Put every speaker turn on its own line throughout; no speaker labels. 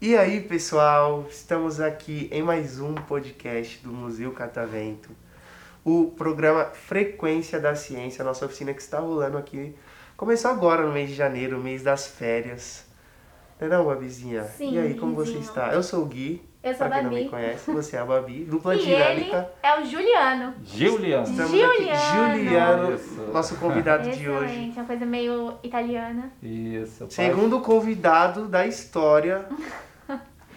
E aí, pessoal, estamos aqui em mais um podcast do Museu Catavento, o programa Frequência da Ciência, a nossa oficina que está rolando aqui. Começou agora no mês de janeiro, mês das férias. Não é não, Babizinha?
Sim,
e aí, como você
Guizinho.
está? Eu sou o Gui,
Eu
pra
sou a
quem não me
Babi.
conhece, você é a Babi, dupla
E ele
dinâmica.
é o Juliano.
Juliano.
Estamos
Juliano.
aqui, Juliano,
Isso.
nosso convidado de hoje.
Excelente, é uma coisa meio italiana.
Isso, pai.
Segundo convidado da história.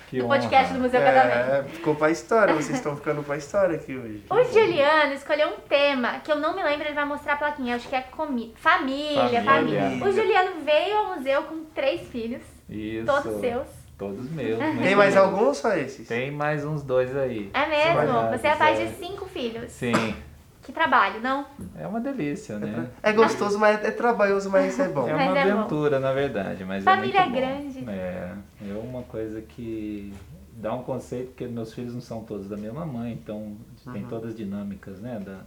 que
do
honra.
podcast do Museu Catavento.
É, ficou pra história, vocês estão ficando pra história aqui hoje.
O Juliano escolheu um tema que eu não me lembro, ele vai mostrar a plaquinha. Acho que é comi família, família,
Família.
O Juliano veio ao museu com três filhos,
Isso.
todos seus.
Todos meus. muito
Tem mais
bem.
algum ou só esses?
Tem mais uns dois aí.
É mesmo?
Verdade,
Você é pai
é.
de cinco filhos.
Sim.
Que trabalho, não?
É uma delícia, né?
É gostoso, mas é trabalhoso, mas é bom.
É
Mas
uma
é bom.
aventura, na verdade, mas
Família
é muito bom.
grande.
É, é uma coisa que dá um conceito porque meus filhos não são todos da mesma mãe, então tem todas as dinâmicas, né, da,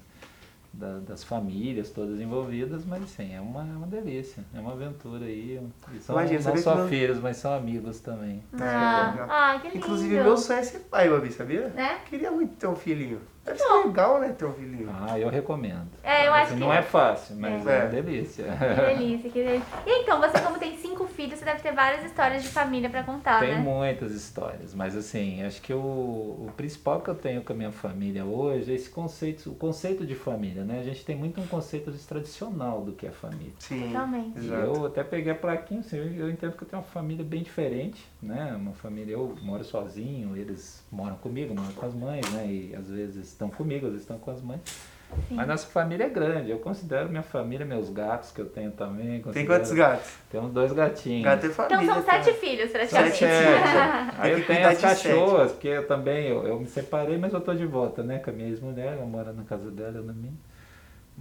da- das famílias todas envolvidas, mas sim, é uma, é uma delícia, é uma aventura aí. E são
Imagina,
não
sabia
só
que meu-
filhos, mas são amigos também.
Ah, que legal.
Ah, ah, que lindo.
Inclusive, meu sonho é ser pai, Babi, sabia?
Né?
Queria muito ter um filhinho. Deve ser legal, né, ter um filhinho.
Ah, eu recomendo.
É, eu acho
Assim,
que-
não é fácil, mas
É.
é, uma delícia.
Que delícia, que delícia. E então, você como tem cinco filhos, você deve ter várias histórias de família pra contar,
Tem
né?
muitas histórias, mas assim, acho que o, o principal que eu tenho com a minha família hoje é esse conceito, o conceito de família, né? A gente tem muito um conceito tradicional do que é família.
Sim.
Totalmente.
E
Exato.
Eu até peguei a plaquinha, assim, eu, eu entendo que eu tenho uma família bem diferente, né? Uma família, eu moro sozinho, eles moram comigo, moram com as mães, né? E às vezes estão comigo, às vezes estão com as mães.
Sim.
Mas nossa família é grande, eu considero minha família, meus gatos que eu tenho também.
Tem
considero-
quantos gatos?
Temos dois gatinhos.
Gato é família.
Então são
tá.
cara.
sete filhos, praticamente.
Sete é, filhos.
Aí
Tem
eu
que
tenho
cuidar
as
de sete.
cachorras, porque eu também, eu, eu me separei, mas eu tô de volta, né? Com a minha ex-mulher, ela mora na casa dela, eu na minha.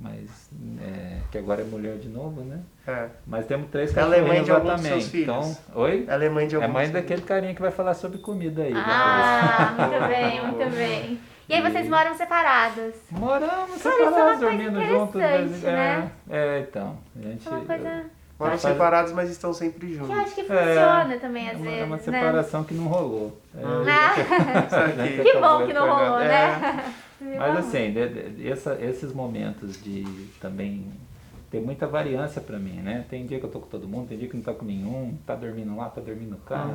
Mas, é, que agora é mulher de novo, né?
É.
Mas temos três
Ela é
cachorrinhos
mãe de algum
lá
dos
também.
seus filhos?
Então, oi?
Ela é mãe de
É
alguns.
mãe daquele carinha que vai falar sobre comida aí.
Ah, muito bem, muito bem. E aí vocês moram separados?
depois. Moramos
Cara, isso é uma
separados,
coisa
dormindo juntos.
interessante,
é,
né?
é, então. A gente,
É uma coisa
Moram
Rapaz,
separados, mas estão sempre
que
juntos.
eu acho que
É,
funciona também
é
às
uma,
vezes,
é uma
né?
separação que não rolou. É,
Né?
a gente
que
acabou
bom que não
encarnando.
rolou,
É,
né?
Mas assim, de- de- essa- esses momentos de também ter muita variância pra mim, né? Tem dia que eu tô com todo mundo, tem dia que não tô com nenhum, tá dormindo lá, tá dormindo cá.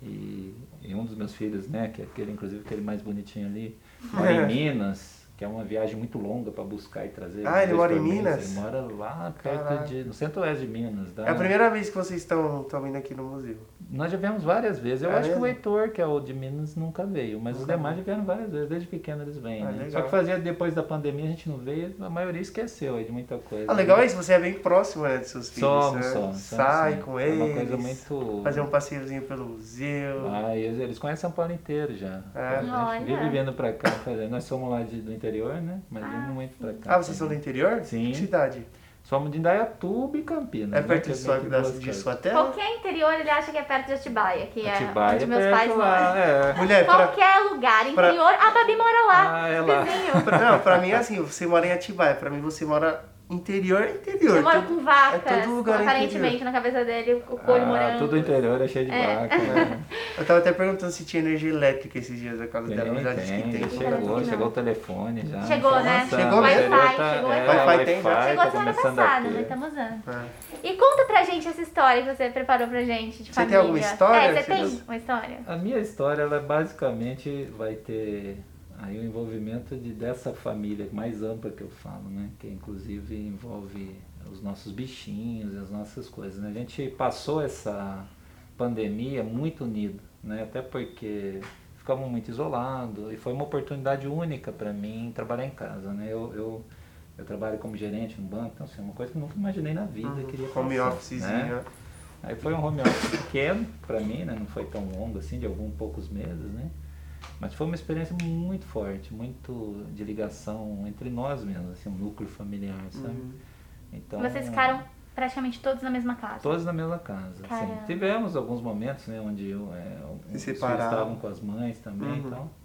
E, e um dos meus filhos, né, que é aquele, inclusive aquele mais bonitinho ali, mora em Minas, que é uma viagem muito longa pra buscar e trazer.
Ah,
uma
ele
vez
mora
por
em
mês.
Minas?
Ele mora lá perto
Caraca.
de. no centro-oeste de Minas. Da,
É a primeira vez que vocês estão estão vindo aqui no museu.
Nós já viemos várias vezes. Eu
É
acho que
mesmo?
o Heitor, que é o de Minas, nunca veio, mas os
Nunca
demais já vieram várias vezes, desde pequeno eles vêm.
Ah,
né?
legal.
Só que fazia depois da pandemia, a gente não veio, a maioria esqueceu aí de muita coisa.
Ah, legal é isso, você é bem próximo né, dos seus filhos.
Somos,
né?
somos.
Sai
somos,
com
sim. É
eles.
uma coisa muito.
Fazer um passeiozinho pelo museu.
Ah, eles, eles conhecem São Paulo inteiro já.
É.
A gente vive
Olha.
vindo pra cá. fazendo- Nós somos lá de- do interior, né? Mas
Ah,
vimos muito pra cá.
Ah, vocês são do interior?
Sim.
Que cidade?
Somos de Indaiatuba e Campinas.
É
né?
perto
Que
de sua,
meio que
da,
duas
de
casas.
sua terra?
Qualquer interior ele acha que é perto de Atibaia, que é
é. Atibaia
onde meus
perto
pais
lá,
moram.
é.
Mulher, pra,
Qualquer lugar, interior, a Babi mora lá.
Ah, é lá.
Vizinho.
pra- não, pra mim é assim, você mora em Atibaia, pra mim você mora interior, interior.
Eu moro
Tudo-
com vacas,
É todo lugar é
aparentemente na cabeça dele, o couro
ah,
morando.
Tudo interior é cheio de
É.
vaca. né?
interior. Eu tava até perguntando se tinha energia elétrica esses dias na casa
Tem,
dela, mas ela disse que
tem,
tem.
já
Parece
chegou,
que não.
chegou o telefone já.
Chegou, né?
Informação,
Chegou
né?
mesmo?
Wi-Fi,
Wi-Fi, chegou
é,
Wi-Fi.
Wi-Fi
Wi-Fi
Chegou
tá
semana
começando
passada, né?
a
nós
ter.
estamos usando.
Ah,
E conta pra gente essa história que você preparou pra gente
Você
de
tem
família.
alguma história,
É, você tem
Fernanda?
uma história?
A minha história, ela basicamente vai ter aí o envolvimento de, dessa família mais ampla que eu falo, né? Que inclusive envolve os nossos bichinhos, as nossas coisas, né? A gente passou essa pandemia muito unido, né? Até porque ficamos muito isolados e foi uma oportunidade única para mim trabalhar em casa, né? Eu, eu, eu trabalho como gerente no banco, então assim, é uma coisa que eu nunca imaginei na vida. que iria
Uhum. home
passar,
officezinho.
né? Aí foi um home office pequeno pra mim, né? Não foi tão longo assim, de alguns poucos meses, né? Mas foi uma experiência muito forte, muito de ligação entre nós mesmos, assim, um núcleo familiar, sabe?
Uhum.
Então,
Vocês ficaram praticamente todos na mesma casa.
todos na mesma casa. Assim.
Caramba.
Tivemos alguns momentos, né, onde é,
Se
os filhos
separaram.
estavam com as mães também,
Uhum.
então.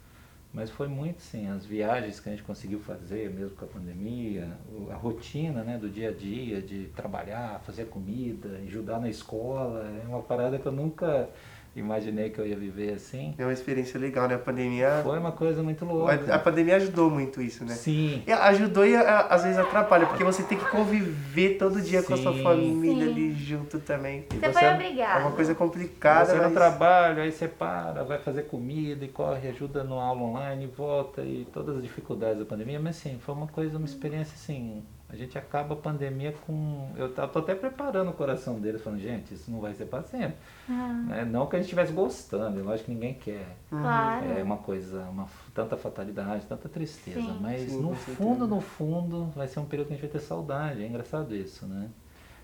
Mas foi muito, sim, as viagens que a gente conseguiu fazer, mesmo com a pandemia, o- a rotina, né, do dia a dia, de trabalhar, fazer comida, ajudar na escola, é uma parada que eu nunca imaginei que eu ia viver assim.
É uma experiência legal, né? A pandemia.
Foi uma coisa muito
A, a
louca.
pandemia ajudou muito isso, né?
Sim.
E ajudou e a- às vezes atrapalha, porque você tem que conviver todo dia com a sua
Sim.
família
Sim.
ali junto também.
E
Você,
você-
foi
É
obrigado.
uma coisa complicada,
Você no
mas...
trabalho, aí você para, vai fazer comida e corre, ajuda no aula online, volta e todas as dificuldades da pandemia. Mas sim, foi uma coisa, uma experiência assim. A gente acaba a pandemia com. Eu ta- tô até preparando o coração deles, falando, gente, isso não vai ser para sempre. né? Não que a gente estivesse gostando, e lógico que ninguém quer.
Hum. Uhum.
Claro.
É uma coisa, uma, f- tanta fatalidade, tanta tristeza.
Sim.
Mas
Sim,
no
com
fundo, no fundo, vai ser um período que a gente vai ter saudade. É engraçado isso, né?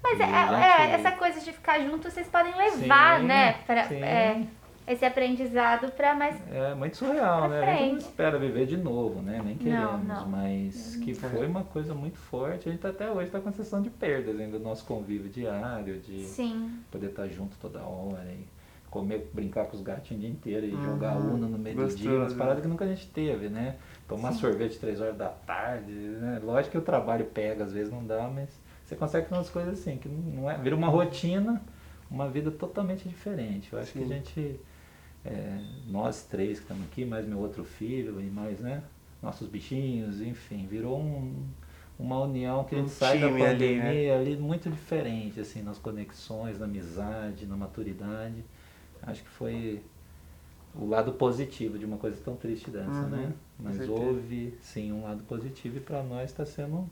Mas
E
é,
a
é,
gente-
essa coisa de ficar junto, vocês podem levar,
Sim,
né? pra-
sim.
é, esse aprendizado pra mais.
É muito
Pra
surreal, né? A gente não
frente.
espera viver de novo, né? Nem
Não,
queremos,
não.
mas que foi uma coisa muito forte. A gente tá até hoje está com a sensação de perdas ainda do nosso convívio diário, de
Sim.
poder estar junto toda hora e comer, brincar com os gatinhos o dia inteiro e jogar uno no meio do dia, umas
Uhum. gostoso.
paradas que nunca a gente teve, né? Tomar sorvete três horas da tarde, né? Lógico que o trabalho pega, às vezes não dá, mas você consegue fazer umas coisas assim, que não é. Vira uma rotina, uma vida totalmente diferente. Eu acho que
Sim.
a gente. é, nós três que estamos aqui, mais meu outro filho e mais, né? Nossos bichinhos, enfim, virou um- uma união que a
Um
gente sai da
time ali,
pandemia
né?
é ali muito diferente, assim, nas conexões, na amizade, na maturidade. Acho que foi o lado positivo de uma coisa tão triste dessa,
Uhum,
né?
com
Mas
certeza.
houve, sim, um lado positivo e para nós está sendo um,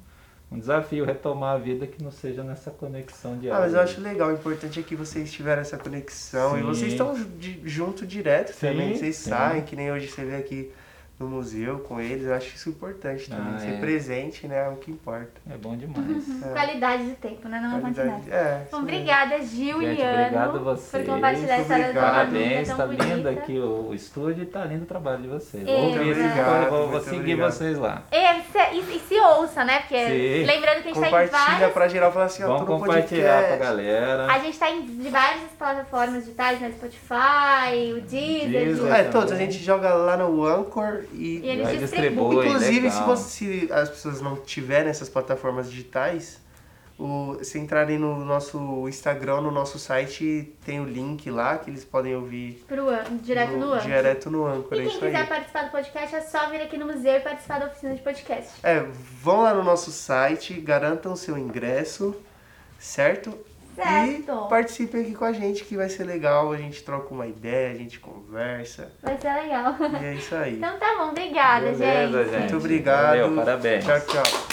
um desafio retomar a vida que não seja nessa conexão
Ah,
diária.
mas eu acho legal, o importante é que vocês tiveram essa conexão e
Sim.
vocês estão ju- de- junto direto
Sim,
também, vocês
sim.
saem, que nem hoje você vê aqui no museu com eles, eu acho isso importante também,
Ah,
ser
é.
presente, né, é o que importa.
É
Uhum.
bom demais.
Qualidade de tempo, né? Não a quantidade.
É, isso mesmo.
Bom, obrigada, Gil
Gente,
e Ano.
obrigado vocês.
Por compartilhar essa história
Obrigado.
da sua
Parabéns,
vida
tá
tão
lindo
bonita.
aqui o, o estúdio e tá lindo o trabalho de vocês.
É,
Vou ouvir,
Muito
esse-
obrigado,
vou, vou
muito
seguir
obrigado.
vocês lá.
É, se- e, e se ouça, né? Porque
Sim.
lembrando que a gente tá em
Compartilha
várias.
pra geral, fala assim, ó,
Vamos
tô no
compartilhar pra
podcast.
galera.
A gente tá em várias plataformas digitais, né? Spotify, o Deezer,
Deezer.
Ju-
É, todos, a gente joga lá no Anchor e...
E eles
Vai
distribuem.
Oi,
Inclusive,
legal.
se, você- se as pessoas não tiverem essas plataformas digitais, o- se entrarem no nosso Instagram, no nosso site, tem o link lá que eles podem ouvir
pro An- direto no, Anchor.
direto no Anchor.
E
é
quem
isso
quiser
aí.
participar do podcast é só vir aqui no museu e participar da oficina de podcast.
É, vão lá no nosso site, garantam seu ingresso, certo?
Certo.
E participem aqui com a gente que vai ser legal, a gente troca uma ideia, a gente conversa.
Vai ser legal.
E é isso aí.
Então tá bom, obrigada,
Beleza, gente.
Muito obrigado.
Valeu, parabéns.
Tchau, tchau.